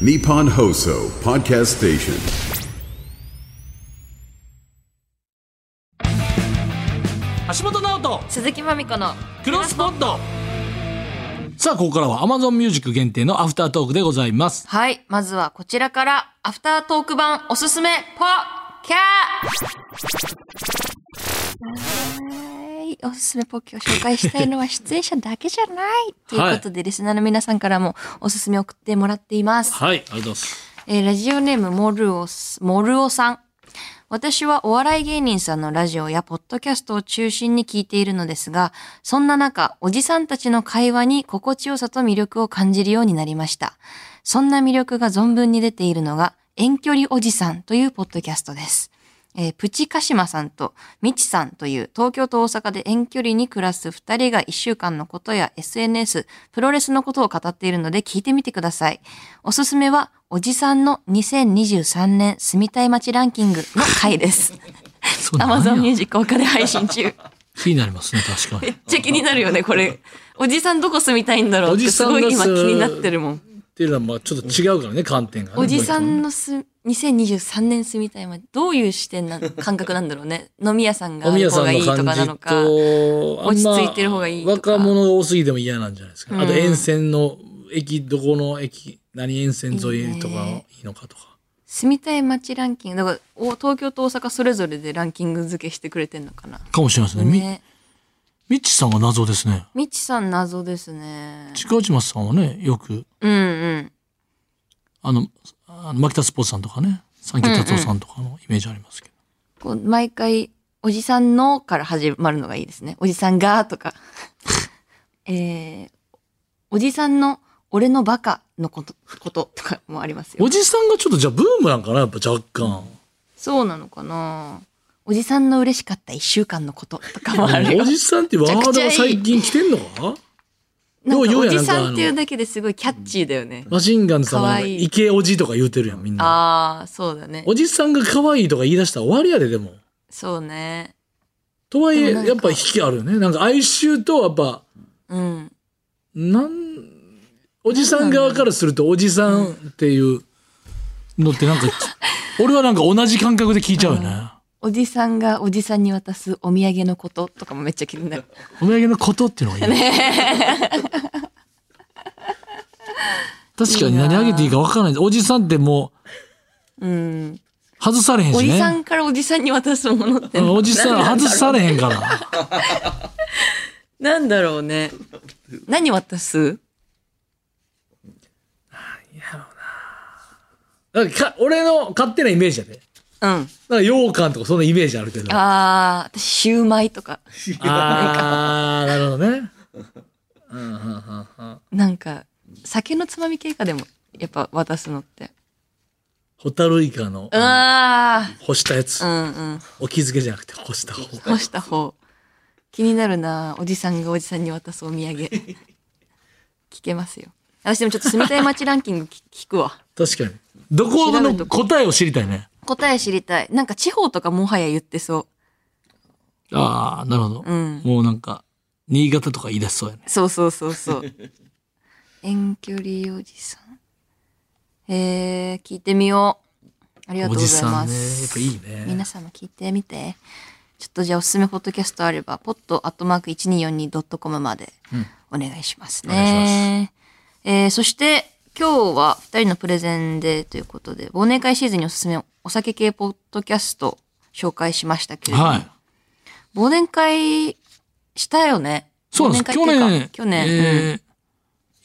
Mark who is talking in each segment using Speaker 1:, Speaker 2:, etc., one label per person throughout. Speaker 1: Nippon Hoso Podcast Station.
Speaker 2: 橋本直人
Speaker 3: 鈴木まみこの
Speaker 2: クロスポットさあここからは Amazon Music 限定のアフタートークでございます
Speaker 3: はいまずはこちらからアフタートーク版おすすめポッキャはいおすすめポッキャを紹介したいのは出演者だけじゃないということで、リスナーの皆さんからもおすすめ送ってもらっています、
Speaker 2: はいありがとうございます
Speaker 3: えーラジオネームモルオスモルオさん私はお笑い芸人さんのラジオやポッドキャストを中心に聞いているのですが、そんな中、おじさんたちの会話に心地よさと魅力を感じるようになりました。そんな魅力が存分に出ているのが、遠距離おじさんというポッドキャストです。えープチカシマさんとミチさんという東京と大阪で遠距離に暮らす2人が1週間のことや SNS、プロレスのことを語っているので聞いてみてください。おすすめは、おじさんの2023年住みたい街ランキングの回です。
Speaker 2: そうなんや
Speaker 3: Amazon Music 他で配信中。
Speaker 2: 気になりますね確か
Speaker 3: めっ
Speaker 2: に
Speaker 3: ちゃ気になるよね、これ。おじさんどこ住みたいんだろうっ
Speaker 2: お
Speaker 3: て
Speaker 2: じ
Speaker 3: す
Speaker 2: さん
Speaker 3: ご
Speaker 2: の
Speaker 3: い今気になってるもん。
Speaker 2: っていうのはまあちょっと違うからね観点がね
Speaker 3: おじさんのす2023年住みたい街、どういう視点な、感覚なんだろうね。 飲み屋さんがあ
Speaker 2: おみ
Speaker 3: る
Speaker 2: やさ
Speaker 3: 方
Speaker 2: ん
Speaker 3: がいい
Speaker 2: の
Speaker 3: と
Speaker 2: 感
Speaker 3: かな
Speaker 2: じ
Speaker 3: のか。
Speaker 2: と、
Speaker 3: 落ち着いてる方がいいとか
Speaker 2: 若者が多すぎても嫌なんじゃないですか。あと
Speaker 3: うん
Speaker 2: 沿線の駅、どこの駅、何沿線沿いとか
Speaker 3: いい
Speaker 2: い
Speaker 3: ね
Speaker 2: いのかとか。
Speaker 3: 住みたい街ランキング、だからお東京と大阪それぞれでランキング付けしてくれてんのかな。
Speaker 2: かもしれないですね。
Speaker 3: ね。
Speaker 2: み、みっちさんが謎ですね。
Speaker 3: みちさん謎ですね。
Speaker 2: 近内松さんはね、よく、
Speaker 3: うんうん。
Speaker 2: あの、あの牧田スポーツさんとかね、三木達夫さんとかのイメージありますけど。
Speaker 3: こう毎回「おじさんの」から始まるのがいいですね「おじさんが」とか えーおじさんの「俺のバカ」のことこととかもありますよ
Speaker 2: おじさんがちょっとじゃあブームなんかな、やっぱ若干。
Speaker 3: そうなのかなおじさんの嬉しかった1週間のこととかもある
Speaker 2: お
Speaker 3: よ
Speaker 2: じさんってワードが最近来てんのか
Speaker 3: なん
Speaker 2: よう
Speaker 3: か
Speaker 2: 言う
Speaker 3: お
Speaker 2: やん
Speaker 3: じさ
Speaker 2: なんかあ
Speaker 3: ん
Speaker 2: の
Speaker 3: っていうだけですごいキャッチーだよね、
Speaker 2: マシンガンズさん
Speaker 3: か
Speaker 2: は
Speaker 3: わいい
Speaker 2: イケおじとか言うてるやん、みんな。
Speaker 3: ああそうだね
Speaker 2: おじさんが可愛いとか言い出したら終わりやで、でも。
Speaker 3: そうね
Speaker 2: とはいえ、
Speaker 3: でもなんか
Speaker 2: やっぱ引きあるよね。なんか哀愁と、やっぱ、
Speaker 3: うん
Speaker 2: なん、おじさん側からすると、おじさんっていうのって なんか、俺はなんか同じ感覚で聞いちゃうよね。
Speaker 3: おじさんがおじさんに渡すお土産のこととかもめっちゃ気 になる
Speaker 2: お土産のことっていうのがいいね。 確かに何あげていいか分からない。おじさんっても
Speaker 3: うん
Speaker 2: う、外されへんしね。
Speaker 3: おじさんからおじさんに渡すものって
Speaker 2: うんおじさ
Speaker 3: なん
Speaker 2: ん外されへんから。
Speaker 3: なんだろうね。何渡す
Speaker 2: なんかか俺の勝手なイメージやで。
Speaker 3: うん。
Speaker 2: なんか羊羹とかそんなイメージあるけど。あ
Speaker 3: あー、私、シューマイとか。
Speaker 2: あー、なるほどね。うんうんうんうん
Speaker 3: なんか、酒のつまみ系かでも、やっぱ渡すのって。
Speaker 2: ホタルイカの
Speaker 3: あ
Speaker 2: 干したやつ
Speaker 3: ー。う。んうん。
Speaker 2: お気づけじゃなくて干した方が。
Speaker 3: 干した方。気になるなおじさんがおじさんに渡すお土産。聞けますよ。私でもちょっと住みたい街ランキングき聞くわ。
Speaker 2: 確かに。どこの答えを知りたいね。
Speaker 3: 答え知りたい。なんか地方とかもはや言ってそ
Speaker 2: ああ、なるほど。
Speaker 3: うん
Speaker 2: もうなんか、新潟とか言い出しそうやね。
Speaker 3: う。そうそうそうそう。 遠距離おじさん。えー、聞いてみよう。ありがと
Speaker 2: お
Speaker 3: うご
Speaker 2: じ
Speaker 3: ざい
Speaker 2: さ
Speaker 3: ま
Speaker 2: んね。
Speaker 3: す。
Speaker 2: やっぱいいね
Speaker 3: 皆。さんも聞いてみて。ちょっとじゃあおすすめポッドキャストあれば、ポッドアットマーク 1242.com までお願いします
Speaker 2: お願い
Speaker 3: ね。えーそして今日は2人のプレゼンでということで、忘年会シーズンにおすすめお酒系ポッドキャスト紹介しましたけれども、
Speaker 2: はい。
Speaker 3: 忘年会したよね。
Speaker 2: そうなんです。
Speaker 3: 忘
Speaker 2: 去
Speaker 3: 年会ってい
Speaker 2: 年、
Speaker 3: うか去年、うん
Speaker 2: えー、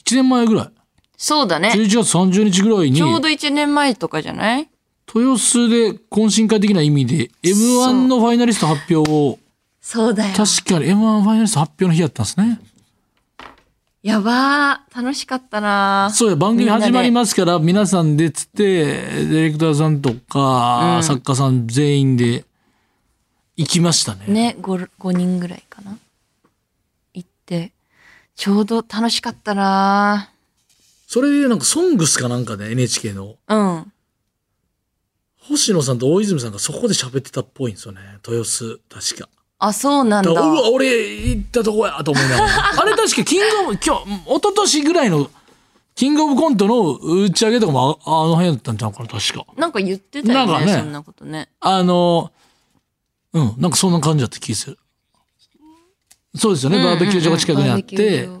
Speaker 2: 1年前ぐらい。
Speaker 3: そうだね。
Speaker 2: 11月30日ぐらいに
Speaker 3: ち、ょうど1年前とかじゃない
Speaker 2: 豊洲で懇親会的な意味で、M1 のファイナリスト発表を、
Speaker 3: そうだよ
Speaker 2: 確かに M1 ファイナリスト発表の日やったんですね。
Speaker 3: やばー。楽しかったな
Speaker 2: そうや、番組始まりますから、皆さんでっつって、ディレクターさんとか、作家さん全員で行きましたね。
Speaker 3: ね、5、5人ぐらいかな。行って、ちょうど楽しかったな
Speaker 2: それでなんか、ソングスかなんかで NHK の、
Speaker 3: うん。
Speaker 2: 星野さんと大泉さんがそこで喋ってたっぽいんですよね。豊洲、確か。
Speaker 3: あ、そうなんだ。
Speaker 2: だからうわ、 俺行ったとこやと思いながら。あれ確か、キングオブ、今日、一昨年ぐらいのキングオブコントの打ち上げとかもああの辺だったんちゃうかな、確か。
Speaker 3: なんか言ってたよ
Speaker 2: なん
Speaker 3: ね
Speaker 2: かね
Speaker 3: そんなことね
Speaker 2: あの、うん、なんかそんな感じだった気する。そうですよね、バーベキュー場が近くにあっ
Speaker 3: うんうんうんバー
Speaker 2: て
Speaker 3: ベキュー。場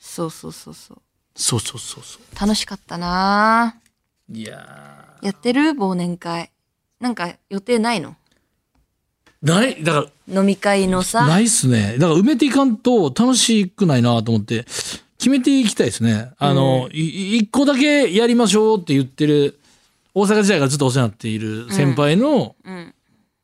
Speaker 3: そうそうそうそう
Speaker 2: そうそうそうそ
Speaker 3: 楽しかったなぁ
Speaker 2: う。いや
Speaker 3: やってる忘年会なんか予定ないの
Speaker 2: ーない、だから、
Speaker 3: 飲み会のさ
Speaker 2: ないっすね。だから埋めていかんと楽しくないなと思って、決めていきたいですね。あの、いい一個だけやりましょうって言ってる、大阪時代からずっとお世話になっている先輩の、
Speaker 3: うん
Speaker 2: うん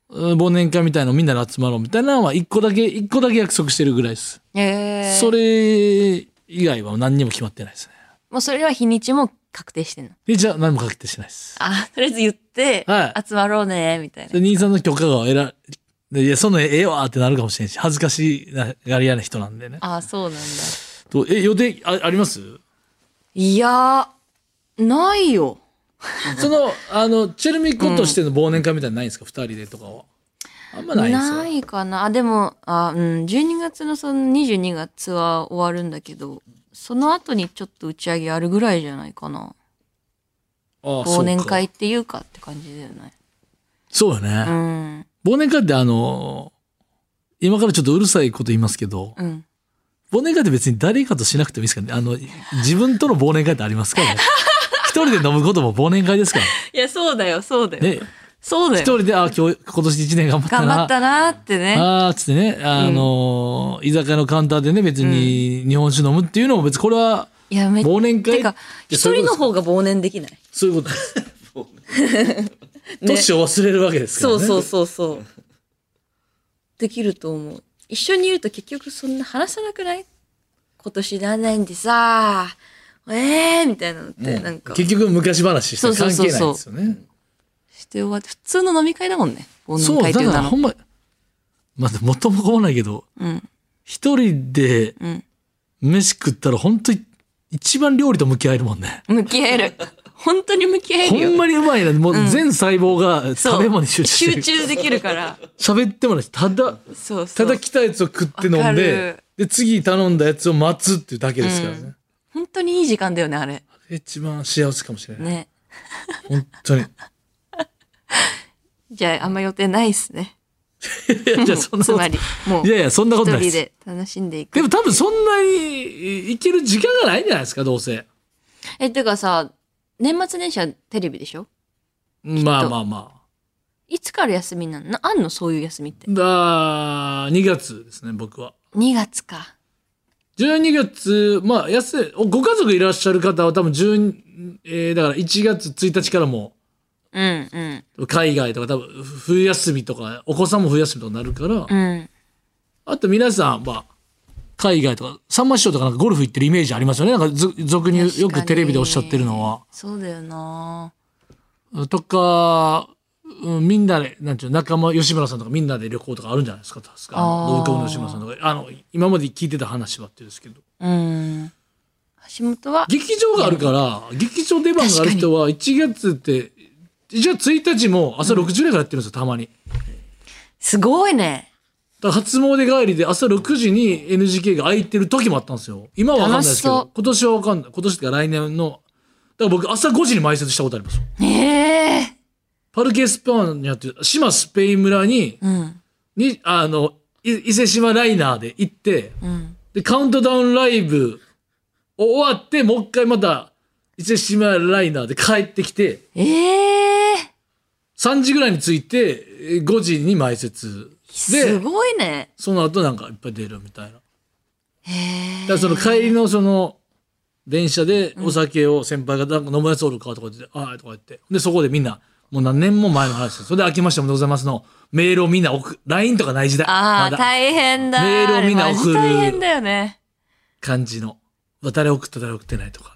Speaker 2: 忘年会みたいのみんなで集まろうみたいなのは一個だけ、一個だけ約束してるぐらいです。
Speaker 3: えー、
Speaker 2: それ以外は何にも決まってないですね。
Speaker 3: もうそれは日にちも確定してんの
Speaker 2: で、じゃあ何もかけてしないです。
Speaker 3: あとりあえず言って、
Speaker 2: はい
Speaker 3: 集まろうねみたいな
Speaker 2: で、兄さんの許可が得ら、でいや、そんなええわってなるかもしれんし、恥ずかしがり屋な人なんでね。
Speaker 3: あそうなんだ
Speaker 2: とえ、予定ああります
Speaker 3: いやーないよ
Speaker 2: その、あの、チェルミコとしての忘年会みたいなのないんですか、二人でとかは。あんまないんですよ。
Speaker 3: ないかなあでもあうん12月のその22月は終わるんだけどその後にちょっと打ち上げあるぐらいじゃないかな
Speaker 2: ああ
Speaker 3: 忘年会
Speaker 2: そう
Speaker 3: っ
Speaker 2: か
Speaker 3: ていうかって感じだよね
Speaker 2: そうよ
Speaker 3: う
Speaker 2: ね、
Speaker 3: ん
Speaker 2: 忘年会ってあの、今からちょっとうるさいこと言いますけど、
Speaker 3: うん
Speaker 2: 忘年会って別に誰かとしなくてもいいですからね。あの、自分との忘年会ってあります からね。一人で飲むことも忘年会ですか
Speaker 3: いやそうだよそうだ
Speaker 2: ら。ね。
Speaker 3: そうだ
Speaker 2: 一人で、ああ、今日、今年一年頑張ったな。
Speaker 3: 頑張ったなーってね
Speaker 2: あーつってね、あのー居酒屋のカウンターでね、別に日本酒飲むっていうのも別にこれは、
Speaker 3: いやめっ
Speaker 2: 忘年会
Speaker 3: てか
Speaker 2: って
Speaker 3: 一
Speaker 2: そういう
Speaker 3: 人
Speaker 2: ことです
Speaker 3: の方が忘年できない
Speaker 2: そういうことです。 年を忘れるわけですから
Speaker 3: そ
Speaker 2: ね。
Speaker 3: うそうそうそう。できると思う。一緒にいると結局そんな話さなくない今年なんないんでさ、えーみたいなのって、なんか、
Speaker 2: 結局昔話して関係ないんですよね。
Speaker 3: して終わって、普通の飲み会だもんね。忘
Speaker 2: そ
Speaker 3: 年
Speaker 2: う
Speaker 3: 会
Speaker 2: だか
Speaker 3: という名
Speaker 2: ら
Speaker 3: の
Speaker 2: ほ。んま、まあ、もっともこもないけど、
Speaker 3: うん。
Speaker 2: 一人で
Speaker 3: うん。
Speaker 2: 飯食ったら本当に一番料理と向き合えるもんね。
Speaker 3: 向き合える。本当に向き合え
Speaker 2: ほ
Speaker 3: るよ。
Speaker 2: んまにうまいな。もう全細胞が
Speaker 3: そう
Speaker 2: 食べ物に集中して
Speaker 3: 集
Speaker 2: る。
Speaker 3: 中できるから。
Speaker 2: 喋ってもないし、ただ、
Speaker 3: そうそ
Speaker 2: た
Speaker 3: う。
Speaker 2: だ来たやつを食って飲
Speaker 3: わか
Speaker 2: んで
Speaker 3: る、
Speaker 2: で、次頼んだやつを待つっていうだけですからね。
Speaker 3: うん本当にいい時間だよね、あれ。
Speaker 2: あれ一番幸せかもしれない。
Speaker 3: ね。
Speaker 2: 本当に。い
Speaker 3: じゃあ、あんま予定ないっすね。
Speaker 2: や、いやそんな
Speaker 3: つ
Speaker 2: こと
Speaker 3: まり、もう、
Speaker 2: いや
Speaker 3: 一
Speaker 2: いや、そんなことない
Speaker 3: 人
Speaker 2: です。
Speaker 3: で楽しんでいく
Speaker 2: で。も多分そんなにいける時間がないんじゃないですか、どうせ。
Speaker 3: え、てかさ、年末年始はテレビでしょ
Speaker 2: まあまあまあ。
Speaker 3: いつから休みなのなあんのそういう休みって。
Speaker 2: だ、2月ですね、僕は。
Speaker 3: 2月か。
Speaker 2: 12月、まあ、安い、おご家族いらっしゃる方は多分12、えーだから1月1日からも、
Speaker 3: うんうん。
Speaker 2: 海外とか多分、冬休みとか、お子さんも冬休みとかなるから、
Speaker 3: うん。
Speaker 2: あと皆さん、まあ、海外とか、さんま師匠とかなんかゴルフ行ってるイメージありますよね。なんかず、俗に言うよくテレビでおっしゃってるのは。
Speaker 3: そうだよな
Speaker 2: とか、うん、みんなで、なんちゅう、仲間、吉村さんとかみんなで旅行とかあるんじゃないですか、確か。
Speaker 3: あ
Speaker 2: 同
Speaker 3: ー
Speaker 2: 郷の吉村さんとか、あの、今まで聞いてた話はってですけど。
Speaker 3: うん。橋本は、
Speaker 2: 劇場があるから、劇場出番がある人は、1月って、1月1日も朝6時ぐらいからやってるんですよ、たまに。
Speaker 3: すごいね。
Speaker 2: だから初詣帰りで朝6時に NGK が空いてる時もあったんですよ。今はわかんないですけど
Speaker 3: 楽しそ、
Speaker 2: 今年はわかんない。今年ってか来年の、だから僕朝5時に埋設したことありますよ。
Speaker 3: ええ
Speaker 2: パルケ・スパーニャっていう、島スペイン村に、
Speaker 3: うん。
Speaker 2: に、あの、い伊勢島ライナーで行って、
Speaker 3: うん。
Speaker 2: で、カウントダウンライブ終わって、もう一回また伊勢島ライナーで帰ってきて、
Speaker 3: ええ
Speaker 2: 3時ぐらいに着いて、えー5時に埋設。
Speaker 3: す
Speaker 2: で、
Speaker 3: ごいね。
Speaker 2: その後なんかいっぱい出るみたいな。だ
Speaker 3: へえ
Speaker 2: からその帰りのその、電車でお酒を先輩がなんか飲むやつおるかとか言って、ああ、とか言って。で、そこでみんな、もう何年も前の話です。それで、明けましておめでとうございますの、メールをみんな送る。LINE とかない時代。
Speaker 3: あ
Speaker 2: ま
Speaker 3: あ、
Speaker 2: だ
Speaker 3: 大変だ。
Speaker 2: メールをみんな送る
Speaker 3: あれマジ大変だよね。
Speaker 2: 感じの。誰送った誰送ってないとか。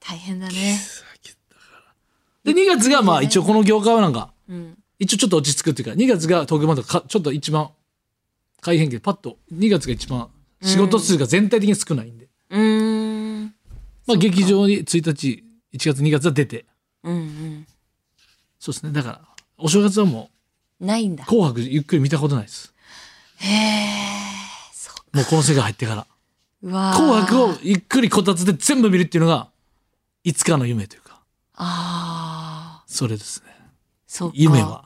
Speaker 3: 大変だね。
Speaker 2: で、2月がまあ一応この業界はなんか、
Speaker 3: うん。
Speaker 2: 一応ちょっと落ち着くっていうか、2月が東京まだか、ちょっと一番、改変期でパッと、2月が一番、仕事数が全体的に少ないんで。
Speaker 3: うーん。
Speaker 2: まあ劇場に1日、1月2月は出て、
Speaker 3: うんうん。
Speaker 2: そうですね。だから、お正月はも
Speaker 3: ないんだ
Speaker 2: う、。紅白ゆっくり見たことないです。
Speaker 3: へえ。そう
Speaker 2: もうこの世界入ってから。
Speaker 3: うわー
Speaker 2: 紅白をゆっくりこたつで全部見るっていうのが、いつかの夢というか、
Speaker 3: ああ、
Speaker 2: それですね。
Speaker 3: そうか。
Speaker 2: 夢。は。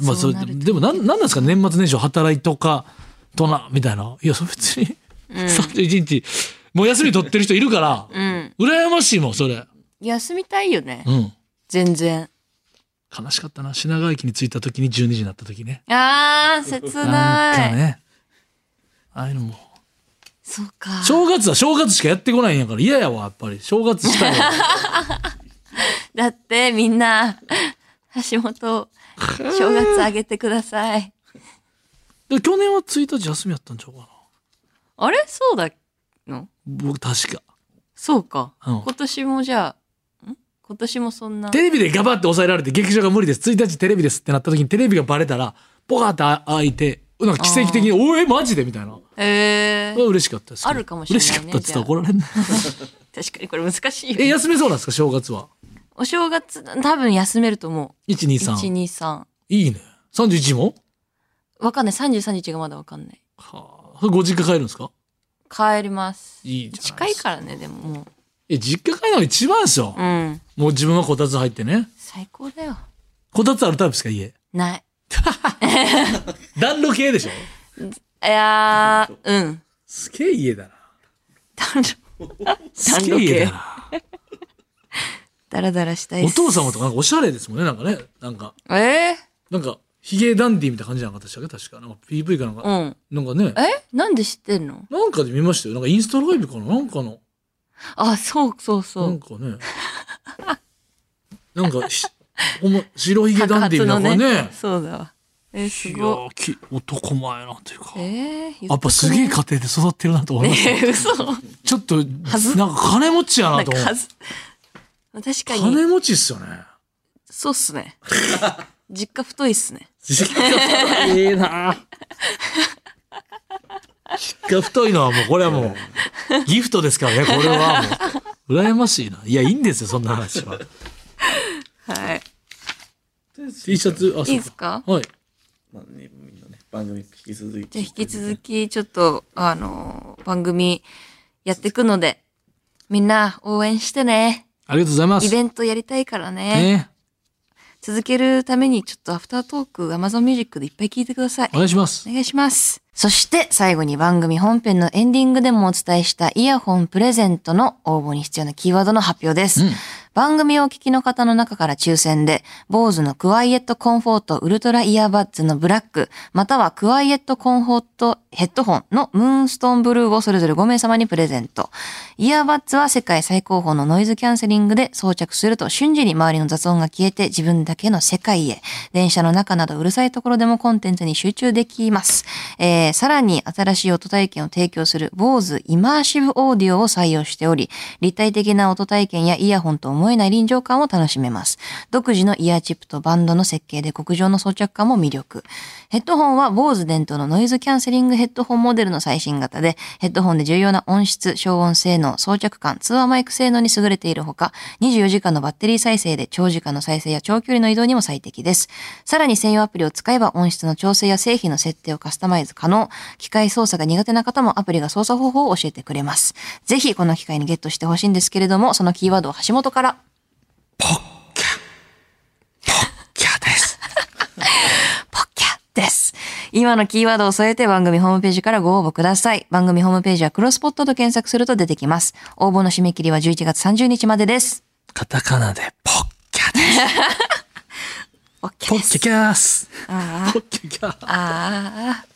Speaker 2: まあ、そ
Speaker 3: そう
Speaker 2: れ、
Speaker 3: なると
Speaker 2: でもなん、なんなんですか年末年始働いとか、とな、みたいな。いや、それ別に、31日、もう休み取ってる人いるから、
Speaker 3: うん。
Speaker 2: 羨ましいもん、それ。
Speaker 3: 休みたいよね。
Speaker 2: うん。
Speaker 3: 全然。
Speaker 2: 悲しかったな。品川駅に着いた時に12時になった時ね。
Speaker 3: ああ、切
Speaker 2: なん
Speaker 3: な
Speaker 2: か
Speaker 3: い。
Speaker 2: ね。ああいうのも。
Speaker 3: そうか。
Speaker 2: 正月は正月しかやってこないんやから嫌やわ、やっぱり。正月したいわ。
Speaker 3: だってみんな、橋本、正月あげてください。
Speaker 2: で去年は1日休みやったんちゃうかな。
Speaker 3: あれそうだの
Speaker 2: 僕、確か。
Speaker 3: そうか。
Speaker 2: うん
Speaker 3: 今年もじゃあ、ん今年もそんな。
Speaker 2: テレビでガバッて抑えられて劇場が無理です1日テレビですってなった時にテレビがバレたらポカーって開いてなんか奇跡的に「おえマジで?」みたいな
Speaker 3: えー、
Speaker 2: 嬉しかったですけど
Speaker 3: あるかもしれないね
Speaker 2: 嬉しかったって言ったら怒られ んな
Speaker 3: 確かにこれ難しいよ
Speaker 2: え
Speaker 3: ね。
Speaker 2: 休めそうなんですか正月は
Speaker 3: お正月、多分休めると思う。1、
Speaker 2: 123
Speaker 3: 2、3。
Speaker 2: いいね31も
Speaker 3: わかんない。33日がまだわかんない。
Speaker 2: はあそれご実家帰るんですか
Speaker 3: 帰ります。
Speaker 2: いいじゃな
Speaker 3: 近
Speaker 2: いで
Speaker 3: い
Speaker 2: す
Speaker 3: からね、でもも
Speaker 2: え実家帰るのが一番ですよ、
Speaker 3: う。うん。
Speaker 2: もう自分はこたつ入ってね
Speaker 3: 最高だよ。
Speaker 2: こたつあるタイプですか家
Speaker 3: ない。
Speaker 2: 暖炉系でしょ
Speaker 3: いやー、うん。
Speaker 2: すげえ家だな
Speaker 3: 暖炉
Speaker 2: すげえ家だな
Speaker 3: だらだらしたい
Speaker 2: お
Speaker 3: です。
Speaker 2: 父様とかなんかおしゃれですもんねなんかねなんか
Speaker 3: え
Speaker 2: なんか、ヒゲダンディみたいな感じじゃなかったでしたっけ確か。なんか PV かなんか。
Speaker 3: ー、うん。
Speaker 2: なんかね、
Speaker 3: えなんで知ってんの
Speaker 2: なんかで見ましたよ。なんかインスタライブかななんかの。
Speaker 3: あ、そうそうそ
Speaker 2: なん
Speaker 3: う。
Speaker 2: かね。なんかし、 ほんま、白ヒゲダンディみたいなのがね。
Speaker 3: そうだわ。えー、す
Speaker 2: いや
Speaker 3: ごい。
Speaker 2: ーき男前なというか。
Speaker 3: え
Speaker 2: や
Speaker 3: ー、言
Speaker 2: っぱすげえ家庭で育ってるなと思いました。
Speaker 3: えー、嘘。なん
Speaker 2: ちょっと、
Speaker 3: ず
Speaker 2: なんか金持ちやなと
Speaker 3: か
Speaker 2: 思う。
Speaker 3: 数。確かに、
Speaker 2: 金持ちっすよね。
Speaker 3: そうっすね。実家太いっすね。
Speaker 2: 実家太いな実家太いのはもうこれはもうギフトですからねこれはもう羨ましいないやいいんですよそんな話は
Speaker 3: はい。
Speaker 2: T シャツあ
Speaker 3: い
Speaker 2: そ
Speaker 3: いうですか
Speaker 2: はい
Speaker 4: まあね、みんなね、番組引き続き。
Speaker 3: じゃあ引き続きちょっと、あのー番組やっていくので、みんな応援してね。
Speaker 2: ありがとうございま
Speaker 3: イ
Speaker 2: す
Speaker 3: ベントやりたいからね。
Speaker 2: ね
Speaker 3: 続けるためにちょっとアフタートーク Amazon Music でいっぱい聞いてください
Speaker 2: お。願いします
Speaker 3: お願いします。そして最後に番組本編のエンディングでもお伝えしたイヤホンプレゼントの応募に必要なキーワードの発表です。番組をお聞きの方の中から抽選で、坊主のクワイエットコンフォートウルトライヤーバッズのブラック、またはクワイエットコンフォートヘッドホンのムーンストーンブルーをそれぞれ5名様にプレゼント。イヤーバッズは世界最高峰のノイズキャンセリングで装着すると瞬時に周りの雑音が消えて自分だけの世界へ。電車の中などうるさいところでもコンテンツに集中できます。えーさらに新しい音体験を提供する BOSE イマーシブオーディオを採用しており、立体的な音体験やイヤホンと思えない臨場感を楽しめます。独自のイヤーチップとバンドの設計で極上の装着感も魅力。ヘッドホンは BOSE 伝統のノイズキャンセリングヘッドホンモデルの最新型で、ヘッドホンで重要な音質、消音性能、装着感、通話マイク性能に優れているほか、24時間のバッテリー再生で長時間の再生や長距離の移動にも最適です。さらに専用アプリを使えば音質の調整や製品の設定をカスタマイズ可能。機械操作が苦手な方もアプリが操作方法を教えてくれます。ぜひこの機会にゲットしてほしいんですけれども、そのキーワードを橋本から。
Speaker 2: キャーです
Speaker 3: ポッキャです。今のキーワードを添えて番組ホームページからご応募ください。番組ホームページはクロスポットと検索すると出てきます。応募の締め切りは11月30日までです。
Speaker 2: カタカナでポッキャです
Speaker 3: ポッキャ
Speaker 2: ポ
Speaker 3: で
Speaker 2: ッ
Speaker 3: す。
Speaker 2: キャキャース
Speaker 3: あ
Speaker 2: ポッキャキャー
Speaker 3: あ、ああ、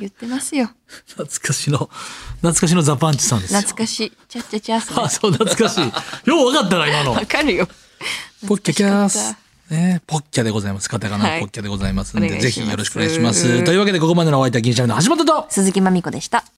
Speaker 3: 言ってますよ。
Speaker 2: 懐かしの懐かしのザパンチさんですよ
Speaker 3: 懐かしい。チャッチャチャ さん。
Speaker 2: あそう懐かしいよう分かったな今の
Speaker 3: わかるよ。
Speaker 2: ポッキャキャース
Speaker 3: 懐かしか。
Speaker 2: ね、ポッキャでございます。カタカナ
Speaker 3: はい
Speaker 2: ポッキャでございますんで、
Speaker 3: お願いし
Speaker 2: ぜ
Speaker 3: ます
Speaker 2: ひよろしくお願いします。というわけで、ここまでのお相手は銀シャリの橋本と、
Speaker 3: 鈴木まみこでした。